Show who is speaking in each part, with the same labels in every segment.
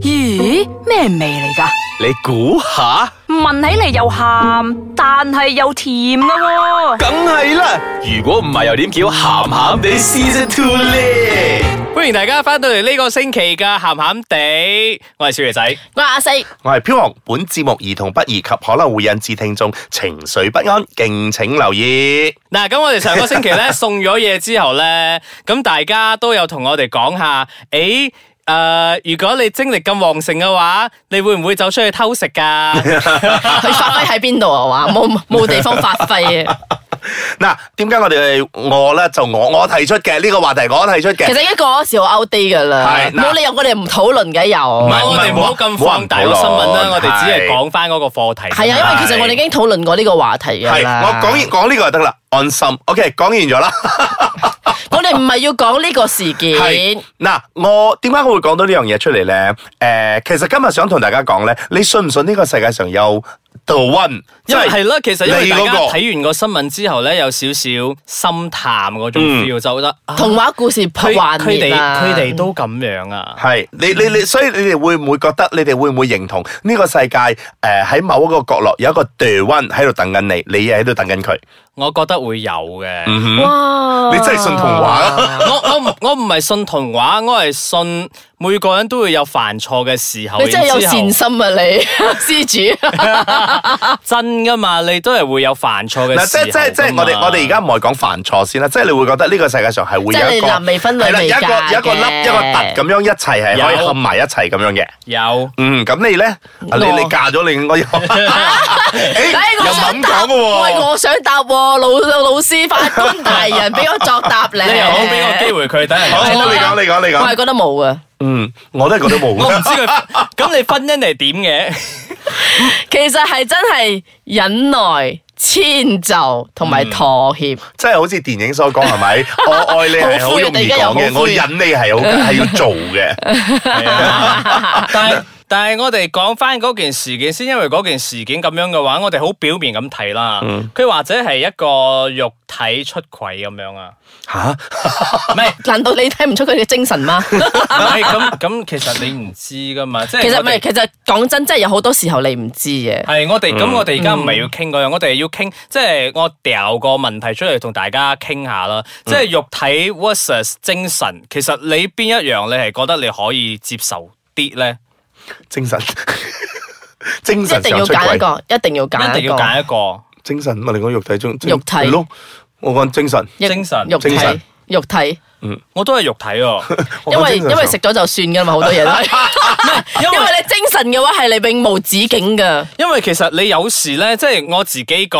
Speaker 1: 咦，咩味嚟噶？
Speaker 2: 你估下，
Speaker 1: 聞起嚟又鹹，但係又甜噶喎、
Speaker 2: 梗係啦。如果唔係，又點叫鹹鹹地 Season Two 咧？
Speaker 3: 欢迎大家翻到嚟呢个星期嘅咸咸地，我系少爷仔。
Speaker 4: 我係阿四，
Speaker 5: 我係飄紅，本節目兒童不宜及可能會引致聽眾情緒不安，敬請留意。
Speaker 3: 嗱，咁我哋上個星期咧送咗嘢之後咧，咁大家都有同我哋講下，诶、誒，如果你精力咁旺盛嘅話，你會唔會走出去偷食噶？
Speaker 4: 佢發揮喺邊 度啊？話冇冇地方發揮啊！
Speaker 5: 嗱，點解我哋我咧就我我提出嘅呢個話題，我提出
Speaker 4: 其
Speaker 5: 嘅。
Speaker 4: 實已經過咗時候 out day 噶啦，
Speaker 5: 係嗱
Speaker 4: 冇理由我哋唔討論嘅又。
Speaker 3: 唔
Speaker 5: 係
Speaker 3: 係，我哋唔好咁放大個新聞
Speaker 5: 冇人討
Speaker 3: 啦
Speaker 5: 論，
Speaker 3: 我哋只係講翻嗰個課題。
Speaker 4: 係啊，因為其實我哋已經討論過呢個話題㗎
Speaker 5: 係
Speaker 4: 啦。
Speaker 5: 我講完講呢個就得啦，安心。OK，講完咗啦。
Speaker 4: 我哋唔係要講呢個事
Speaker 5: 係
Speaker 4: 件，
Speaker 5: 嗱，我點解我會講到呢樣嘢出嚟咧？诶，其實今日想同大家講咧，你信唔信呢個世界上有 the one？
Speaker 3: 因為係咯，其實因為
Speaker 5: 你
Speaker 3: 大
Speaker 5: 嗰
Speaker 3: 家
Speaker 5: 個
Speaker 3: 睇完個新聞之後咧，有少少心淡嗰種 feel，就覺得啊
Speaker 4: 童話故事
Speaker 3: 佢
Speaker 4: 幻啊
Speaker 3: 佢
Speaker 4: 滅
Speaker 3: 哋
Speaker 4: 啦。
Speaker 3: 佢哋都咁樣啊。
Speaker 5: 係你你你，所以你哋會唔會覺得你哋會唔會認同呢個世界诶喺、某一個角落有一個 the one 喺度等緊你，你又喺度等緊佢？
Speaker 3: 我覺得會有嘅。
Speaker 5: 嗯
Speaker 4: 哇！
Speaker 5: 你真係信童話啊？
Speaker 3: 我我唔我唔系信童話，我係信每個人都會有犯錯嘅時候。
Speaker 4: 你 真係有
Speaker 3: 然之後
Speaker 4: 善心啊！你施主，
Speaker 3: 真噶嘛？你都係會有犯錯嘅時候
Speaker 5: 嗱，即即即
Speaker 3: 㗎嘛
Speaker 5: 我哋我哋而家唔係講犯錯先啦，即係你會覺得呢個世界上係會
Speaker 4: 即係
Speaker 5: 有
Speaker 4: 你
Speaker 5: 一個
Speaker 4: 男未婚女
Speaker 5: 係啦，有
Speaker 4: 未
Speaker 5: 一個
Speaker 4: 嫁
Speaker 5: 有一個
Speaker 4: 嘅
Speaker 5: 粒一個凸咁樣一齊係可以
Speaker 3: 有
Speaker 5: 冚埋一齊咁樣嘅。
Speaker 3: 有
Speaker 5: 嗯，咁你咧，啊你
Speaker 4: 我
Speaker 5: 你嫁咗你，我 又，誒
Speaker 4: 哎我
Speaker 5: 又
Speaker 4: 想
Speaker 5: 咁講
Speaker 4: 答
Speaker 5: 嘅
Speaker 4: 喂，
Speaker 5: 喎。
Speaker 4: 我想答喎，老老師法官大人俾我作答咧。
Speaker 3: 你又好俾個機會佢，等人
Speaker 5: 好，
Speaker 3: 講
Speaker 5: 好你講，你講，你
Speaker 4: 我係
Speaker 5: 講。
Speaker 4: 覺得冇啊。
Speaker 5: 嗯，我都係覺 得
Speaker 3: 我唔
Speaker 5: 冇。
Speaker 3: 知佢咁你婚姻係點嘅？
Speaker 4: 其實係真係忍耐、遷就同埋妥協。
Speaker 5: 即係好似電影所講係 咪？我愛你係好容易講嘅，我
Speaker 4: 好灰啊突然間又好灰
Speaker 5: 忍你係好 係要做嘅。
Speaker 3: 係啊但係但係我哋講翻嗰件事件先，因為嗰件事件咁樣嘅話，我哋好表面咁睇啦。
Speaker 5: 嗯
Speaker 3: 佢、或者係一個肉體出軌咁樣啊？
Speaker 5: 吓，
Speaker 3: 唔係。
Speaker 4: 難道你睇唔出佢嘅精神嗎？
Speaker 3: 唔係咁咁，其實你唔知噶嘛，即係
Speaker 4: 其實
Speaker 3: 我
Speaker 4: 唔
Speaker 3: 哋
Speaker 4: 係，其實講真，真係有好多時候你唔知嘅。
Speaker 3: 係我哋
Speaker 4: 嗯
Speaker 3: 咁，我哋而家唔係要傾嗰樣，我哋要傾，即係我掉個問題出嚟同大家傾下啦。即
Speaker 4: 嗯
Speaker 3: 係肉體 versus 精神，其實你邊一樣你係覺得你可以接受啲咧？
Speaker 5: 精神，精
Speaker 4: 一
Speaker 5: 神
Speaker 4: 定
Speaker 5: 上
Speaker 4: 要
Speaker 5: 出
Speaker 4: 揀
Speaker 5: 軌。
Speaker 4: 一個，一定要
Speaker 3: 一
Speaker 4: 揀一
Speaker 3: 定要。
Speaker 4: 個
Speaker 3: 揀一個
Speaker 5: 精神，我哋講肉體中，
Speaker 4: 肉體
Speaker 5: 係咯，我講精神，
Speaker 4: 一
Speaker 3: 精神
Speaker 4: 肉體
Speaker 5: 精神、
Speaker 4: 肉體，
Speaker 3: 我都係肉體喎。
Speaker 5: 我
Speaker 4: 因
Speaker 5: 講
Speaker 4: 為
Speaker 5: 精神
Speaker 4: 因為食咗就算噶嘛，好多嘢都係。因為你精神嘅話係你永無止境噶。
Speaker 3: 因為其實你有時咧，即係我自己個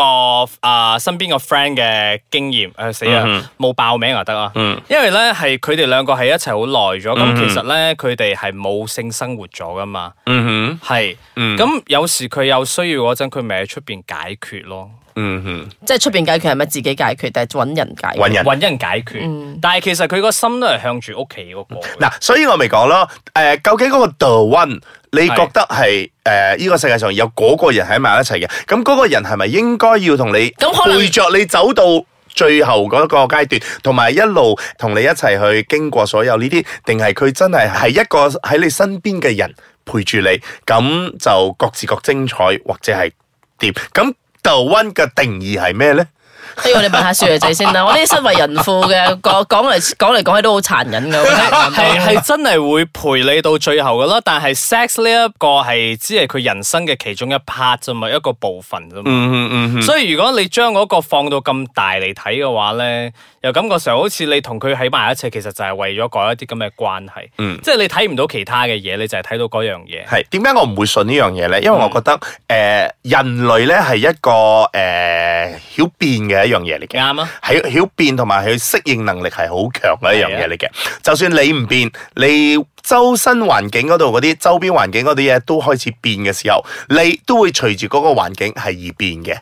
Speaker 3: 啊、身邊個 friend 嘅經驗，誒、死啊
Speaker 5: 嗯，
Speaker 3: 冇、爆名就得啊。因為咧係佢哋兩個係一齊好耐咗，咁、其實咧佢哋係冇性生活咗噶嘛。
Speaker 5: 嗯哼，
Speaker 3: 係，咁有時佢有需要嗰陣，佢咪喺出邊解決咯，
Speaker 5: 嗯哼，
Speaker 4: 即係出邊解決係咪自己解決，定係揾人解決？
Speaker 5: 搵人。
Speaker 3: 揾人解決。但係其實佢個心都係向住屋企嗰個。
Speaker 5: 嗱，所以我咪講咯，诶、究竟嗰個 the one，你覺得係诶呢個世界上有嗰個人喺埋一齊嘅，咁嗰個人係咪應該要同你
Speaker 4: 咁可能
Speaker 5: 背着你走到最後嗰個階段，同埋一路同你一齊去經過所有呢啲，定係佢真係係一個喺你身邊嘅人陪住你，咁就各自各精彩，或者係點？咁 the one 嘅定義係咩咧？
Speaker 4: 不如我哋問下少爺仔先啦。我呢啲身為人父嘅，講講嚟講嚟講去都好殘忍 噶。
Speaker 3: 係係真係會陪你到最後噶啦，但係 sex 呢一個係只係佢人生嘅其中一 part 啫嘛，一個部分啫嘛。
Speaker 5: 嗯嗯嗯，
Speaker 3: 所以如果你將嗰個放到咁大嚟睇嘅話咧，又感覺上好似你同佢喺埋一齊，其實就係為咗嗰一啲咁嘅關係，
Speaker 5: 嗯
Speaker 3: 即係你睇唔到其他嘅嘢，你就係睇到嗰樣嘢。
Speaker 5: 係點解我唔會信呢樣嘢咧？因為我覺得誒、呃人類咧係一個誒、呃、曉變嘅一樣嘢嚟嘅。
Speaker 3: 啱啊！
Speaker 5: 係曉變同埋佢適應能力係好強嘅一樣嘢嚟嘅，就算你唔變，你周身環境嗰度嗰啲周邊環境嗰啲嘢都開始變嘅時候，你都會隨住嗰個環境係而變嘅。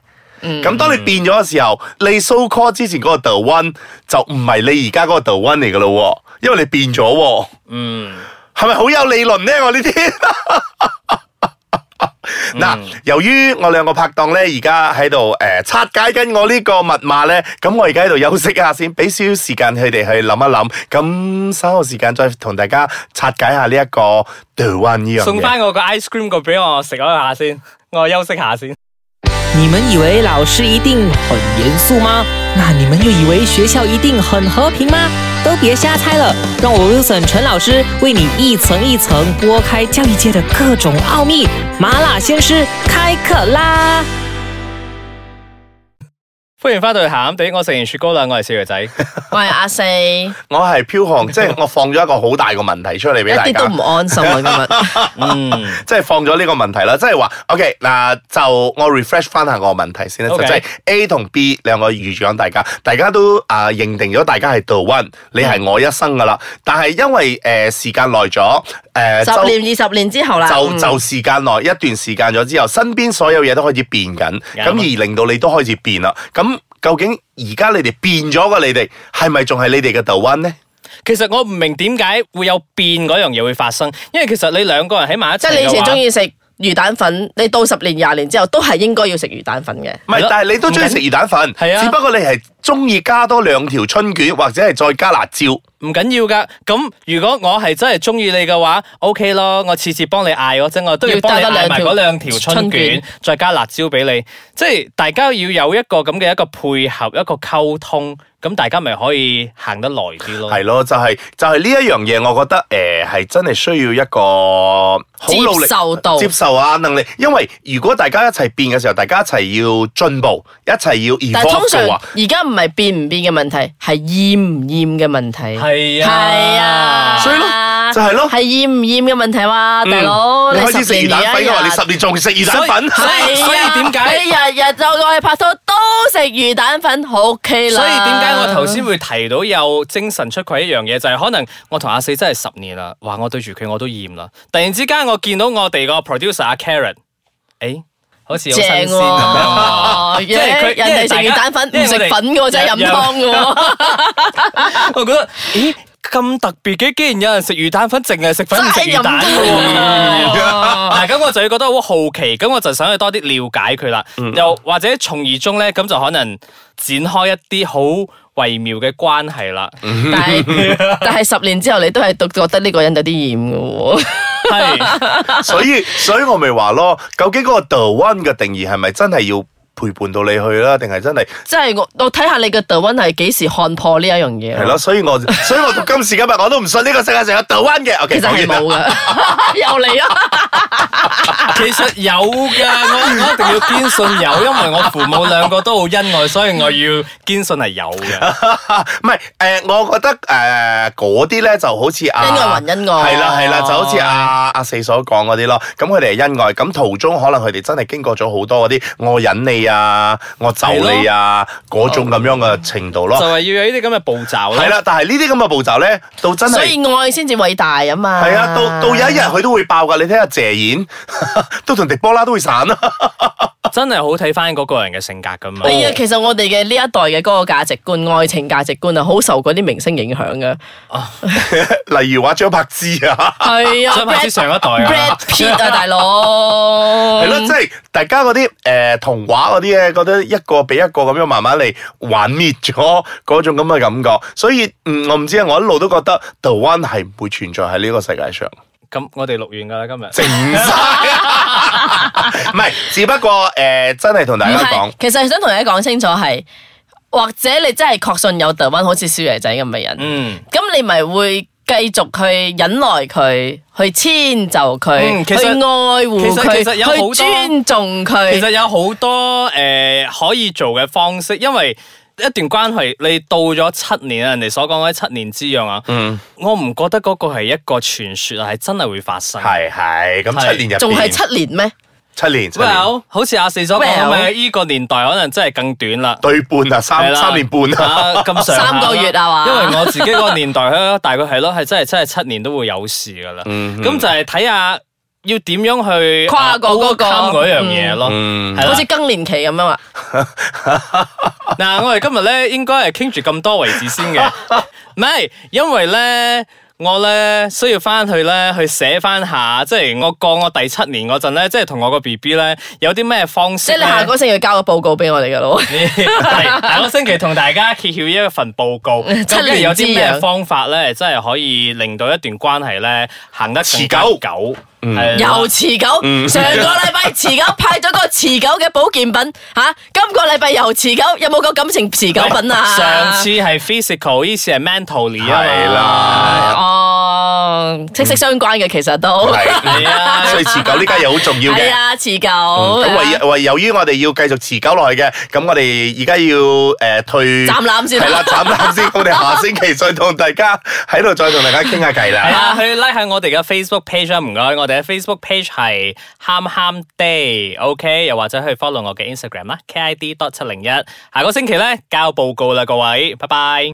Speaker 5: 咁、當你變咗嘅時候，你 so call 之前嗰個 the one 就唔係你而家嗰個 the one 嚟噶咯喎，因為你變咗喎。
Speaker 3: 嗯，
Speaker 5: 係咪好有理論咧？我呢啲嗱，
Speaker 4: 嗯
Speaker 5: 由於我兩個拍檔咧，而家喺度呃誒拆解緊我呢個密碼咧，咁我而家喺度休息一下先，俾少少時間佢哋去諗一諗。咁稍後時間再同大家拆解下呢一個 The One 呢樣嘢。
Speaker 3: 送翻我個 ice cream 個俾我食咗一下先，我休息下先。
Speaker 6: 你们以为老师一定很严肃吗？那你们又以为学校一定很和平吗？都别瞎猜了，让我 Wilson 陈老师为你一层一层剥开教育界的各种奥秘。麻辣鲜师开课啦！
Speaker 3: 歡迎翻到去鹹鹹地，我食完雪糕啦，我係小 肥仔。
Speaker 4: 喂，阿四，一
Speaker 5: 我係飄航，即係我放咗一個好大個問題出嚟俾大
Speaker 4: 啲都
Speaker 5: 家。
Speaker 4: 唔安心 啊！
Speaker 3: 嗯，
Speaker 5: 即係放咗呢個問題啦，即係話，OK 嗱，就我 refresh 翻下我個問題先啦
Speaker 3: OK
Speaker 5: 就即係 A 同 B 兩個預講大家，大家都啊、認定咗大家係 the one，你係我一生噶啦，但係因為誒、呃、時間耐咗，誒、呃、
Speaker 4: 今
Speaker 5: 周
Speaker 4: 日十年、二十年之後啦，
Speaker 5: 就
Speaker 4: 嗯
Speaker 5: 就時間耐一段時間咗之後，身邊所有嘢都開始變緊，
Speaker 3: 啱
Speaker 5: 咁而令到你都開始變啦。咁究竟而家你哋變咗嘅你哋係咪仲係你哋嘅 the one 咧？
Speaker 3: 其實我唔明點解會有變嗰樣嘢會發生，因為其實你兩個人喺埋一
Speaker 4: 即
Speaker 3: 齊
Speaker 4: 係你以
Speaker 3: 嘅
Speaker 4: 前
Speaker 3: 話
Speaker 4: 中意食魚蛋粉，你到十年、廿年之後都係應該要食魚蛋粉嘅。
Speaker 5: 唔係，但係你都中意食魚蛋粉，
Speaker 3: 係啊
Speaker 5: 只不過你係中意加多兩條春卷，或者係再加辣椒。
Speaker 3: 唔緊要噶，咁如果我係真係中意你嘅話，OK 咯，我次次幫你嗌嗰陣，我都要
Speaker 4: 要
Speaker 3: 幫你
Speaker 4: 加多
Speaker 3: 嗌
Speaker 4: 兩
Speaker 3: 埋
Speaker 4: 條
Speaker 3: 嗰兩條春
Speaker 4: 春
Speaker 3: 卷
Speaker 4: 卷，
Speaker 3: 再加辣椒俾你，即係大家要有一個咁嘅一個配合，一個溝通，咁大家咪可以行得耐啲
Speaker 4: 哦
Speaker 3: 咯。
Speaker 5: 係咯，就係、就係呢一樣嘢，我覺得誒係、真係需要一個好努力
Speaker 4: 接受度
Speaker 5: 接受啊能力。因為如果大家一齊變嘅時候，大家一齊要進步，一齊要
Speaker 4: 但
Speaker 5: evolve
Speaker 4: 係通常
Speaker 5: 嘅話
Speaker 4: 而家唔係變唔變嘅問題，係厭唔厭嘅問題。
Speaker 3: 係啊
Speaker 4: 係啊，
Speaker 5: 所以咯就係咯
Speaker 4: 係厭唔厭嘅問題哇，大佬，
Speaker 5: 你開始食
Speaker 4: 十
Speaker 5: 魚蛋粉嘅
Speaker 4: 年
Speaker 5: 話，
Speaker 4: 而
Speaker 5: 你
Speaker 4: 家
Speaker 5: 十年仲食魚蛋粉，
Speaker 3: 所以所以點解
Speaker 4: 你日日就過去拍拖都食魚蛋粉，OK 啦。
Speaker 3: 所以點解我頭先會提到有精神出軌一樣嘢，就係、可能我同阿四真係十年啦，話我對住佢我都厭啦。突然之間我見到我哋個 producer 阿 Karen，誒、好似好
Speaker 4: 正
Speaker 3: 新鮮咁樣喎。
Speaker 4: 喎？
Speaker 3: 即係佢
Speaker 4: 人哋食
Speaker 3: 因為
Speaker 4: 魚蛋粉
Speaker 3: 大家
Speaker 4: 唔食粉
Speaker 3: 因為我哋
Speaker 4: 嘅，真係飲湯嘅喎。
Speaker 3: 我覺得，咦咁特別嘅，竟然有人食魚蛋粉，淨係食粉唔食魚蛋嘅
Speaker 4: 真係飲
Speaker 3: 喎。
Speaker 4: 湯
Speaker 3: 嗱，咁我就會覺得好好奇，咁我就想去多啲了解佢啦。又或者從而中咧，咁就可能展開一啲好微妙嘅關係啦。
Speaker 4: 但 係但係十年之後，你都係都覺得呢個人有啲厭嘅喎。
Speaker 3: 係
Speaker 5: 所以所以我咪話咯，究竟嗰個 the one 嘅定義係咪真係要陪伴到你去啦，定係真係
Speaker 4: 即係我我睇下你嘅 the one 係幾時看破呢一樣嘢。
Speaker 5: 係咯？，所以我 所以我到今時今日我都唔信呢個世界上有 the one 嘅。OK，
Speaker 4: 其實係
Speaker 5: 講完啦
Speaker 4: 冇嘅， 又嚟啦。
Speaker 3: 其實有㗎，我我一定要堅信有，因為我父母兩個都好恩愛，所以我要堅信係有嘅。
Speaker 5: 唔係誒，我覺得誒嗰啲咧就好 似啊，
Speaker 4: 恩愛還恩愛
Speaker 5: 係啦係啦，就好似阿啊阿四所講嗰啲咯。咁佢哋係恩愛，咁途中可能佢哋真係經過咗好多嗰啲我忍你啊，我就你啊嗰種咁樣嘅程度
Speaker 3: 就
Speaker 4: 哦
Speaker 5: 咯。
Speaker 3: 係要有呢啲咁嘅步驟啦。
Speaker 5: 係啦，但係呢啲咁嘅步驟咧，到真
Speaker 4: 所
Speaker 5: 係
Speaker 4: 以愛先至偉大啊嘛。
Speaker 5: 係啊，到到有一日佢都會爆㗎。你睇下謝賢 都同迪波拉都會散啊啦。
Speaker 3: 真係好睇翻嗰個人嘅性格噶嘛。
Speaker 4: 係啊，其實我哋嘅呢一代嘅嗰個價值觀、愛情價值觀啊，好受嗰啲明星影響嘅。
Speaker 5: 例如話張柏芝啊。
Speaker 4: 係啊
Speaker 3: 張柏芝上一代啊
Speaker 4: Brad Pitt 啊，大佬。
Speaker 5: 係
Speaker 4: 嗯
Speaker 5: 咯，即係大家嗰啲誒童話嗰啲咧，覺得一個比一個咁樣慢慢嚟幻滅咗嗰種咁嘅感覺，所以嗯，我唔知啊，我一路都覺得 The One 係唔會存在喺呢個世界上，
Speaker 3: 咁我哋錄完噶啦今日。
Speaker 5: 靜晒，唔係，只不過誒、呃真係同大
Speaker 4: 唔
Speaker 5: 家
Speaker 4: 係
Speaker 5: 講，，
Speaker 4: 其實想同大家講清楚係，或者你真係確信有 the one 好似少爺仔咁嘅人，
Speaker 3: 嗯，
Speaker 4: 咁你咪會繼續去忍耐佢，去遷就佢，
Speaker 3: 嗯其
Speaker 4: 去
Speaker 3: 實
Speaker 4: 愛護
Speaker 3: 其實其實有好多
Speaker 4: 佢，去尊重
Speaker 3: 其
Speaker 4: 佢。
Speaker 3: 實有好多诶、呃可以做嘅方式，因為一段關係你到咗七年啊，人哋所講嗰啲七年之癢啊，嗯，我唔覺得嗰個係一個傳說啊，係真係會發生。
Speaker 5: 係係咁
Speaker 3: 係
Speaker 5: 七年入
Speaker 4: 仲係
Speaker 5: 邊，
Speaker 4: 七年咩？
Speaker 5: 七年，七年
Speaker 3: Well，好似阿四所講咁
Speaker 4: Well
Speaker 3: 嘅，呢個年代可能真係更短啦。
Speaker 5: 對半啊，
Speaker 3: 係
Speaker 5: 三
Speaker 3: 啦
Speaker 5: 三年半啊。
Speaker 3: 啊， 咁上下啦
Speaker 4: 三個月啊嘛
Speaker 3: 因為我自己嗰個年代咧，大概係咯，係真係真係七年都會有事噶啦。咁就係睇下要點樣去
Speaker 4: 嗯跨過嗰個嗯
Speaker 3: 啊 overcome 嗰樣嘢咯。
Speaker 5: 嗯
Speaker 3: 係
Speaker 4: 好
Speaker 3: 啦
Speaker 4: 似，更年期咁樣啊！
Speaker 3: 嗱，我哋今日咧應該係傾住咁多為止先嘅，唔係因為咧。我咧需要翻去咧去寫翻下，即係我過我第七年嗰陣咧，即係同我個 B B 咧有啲咩方式
Speaker 4: 即係
Speaker 3: 呢。
Speaker 4: 你下個星期要交個報告俾我哋噶咯。
Speaker 3: 係下個星期同大家揭曉一份報 告，究竟有
Speaker 4: 啊
Speaker 3: 啲咩方法咧，真係可以令到一段關係咧行得更加
Speaker 5: 持久嗯
Speaker 3: 久，係啦
Speaker 4: 又持久，上個禮拜持久派咗個持久嘅保健品吓、今個禮拜又持久，有冇個感情持久品啊？
Speaker 3: 上次係 physical，呢次係 mentally 啊嘛
Speaker 5: 係啦，
Speaker 4: 哦，息息相關嘅其實都
Speaker 5: 係
Speaker 3: 係啊
Speaker 5: 所以持久呢家嘢好重要
Speaker 4: 係
Speaker 5: 嘅。嗯
Speaker 4: 啊，持久。
Speaker 5: 咁唯唯由於我哋要繼續持久落去嘅，咁我哋而家要诶退
Speaker 4: 斬攬先
Speaker 5: 係啦，斬攬先。我哋下星期再同大家喺度再同大家傾下偈
Speaker 3: 系
Speaker 5: 啦。
Speaker 3: 啊，去拉下我哋嘅 Facebook page 啊，唔該，我哋嘅 Facebook page 係喊喊 day，OK，、又或者去啊 follow 我嘅 Instagram 啦，KID dot 七零一。下個星期咧交報告啦，各位，拜拜。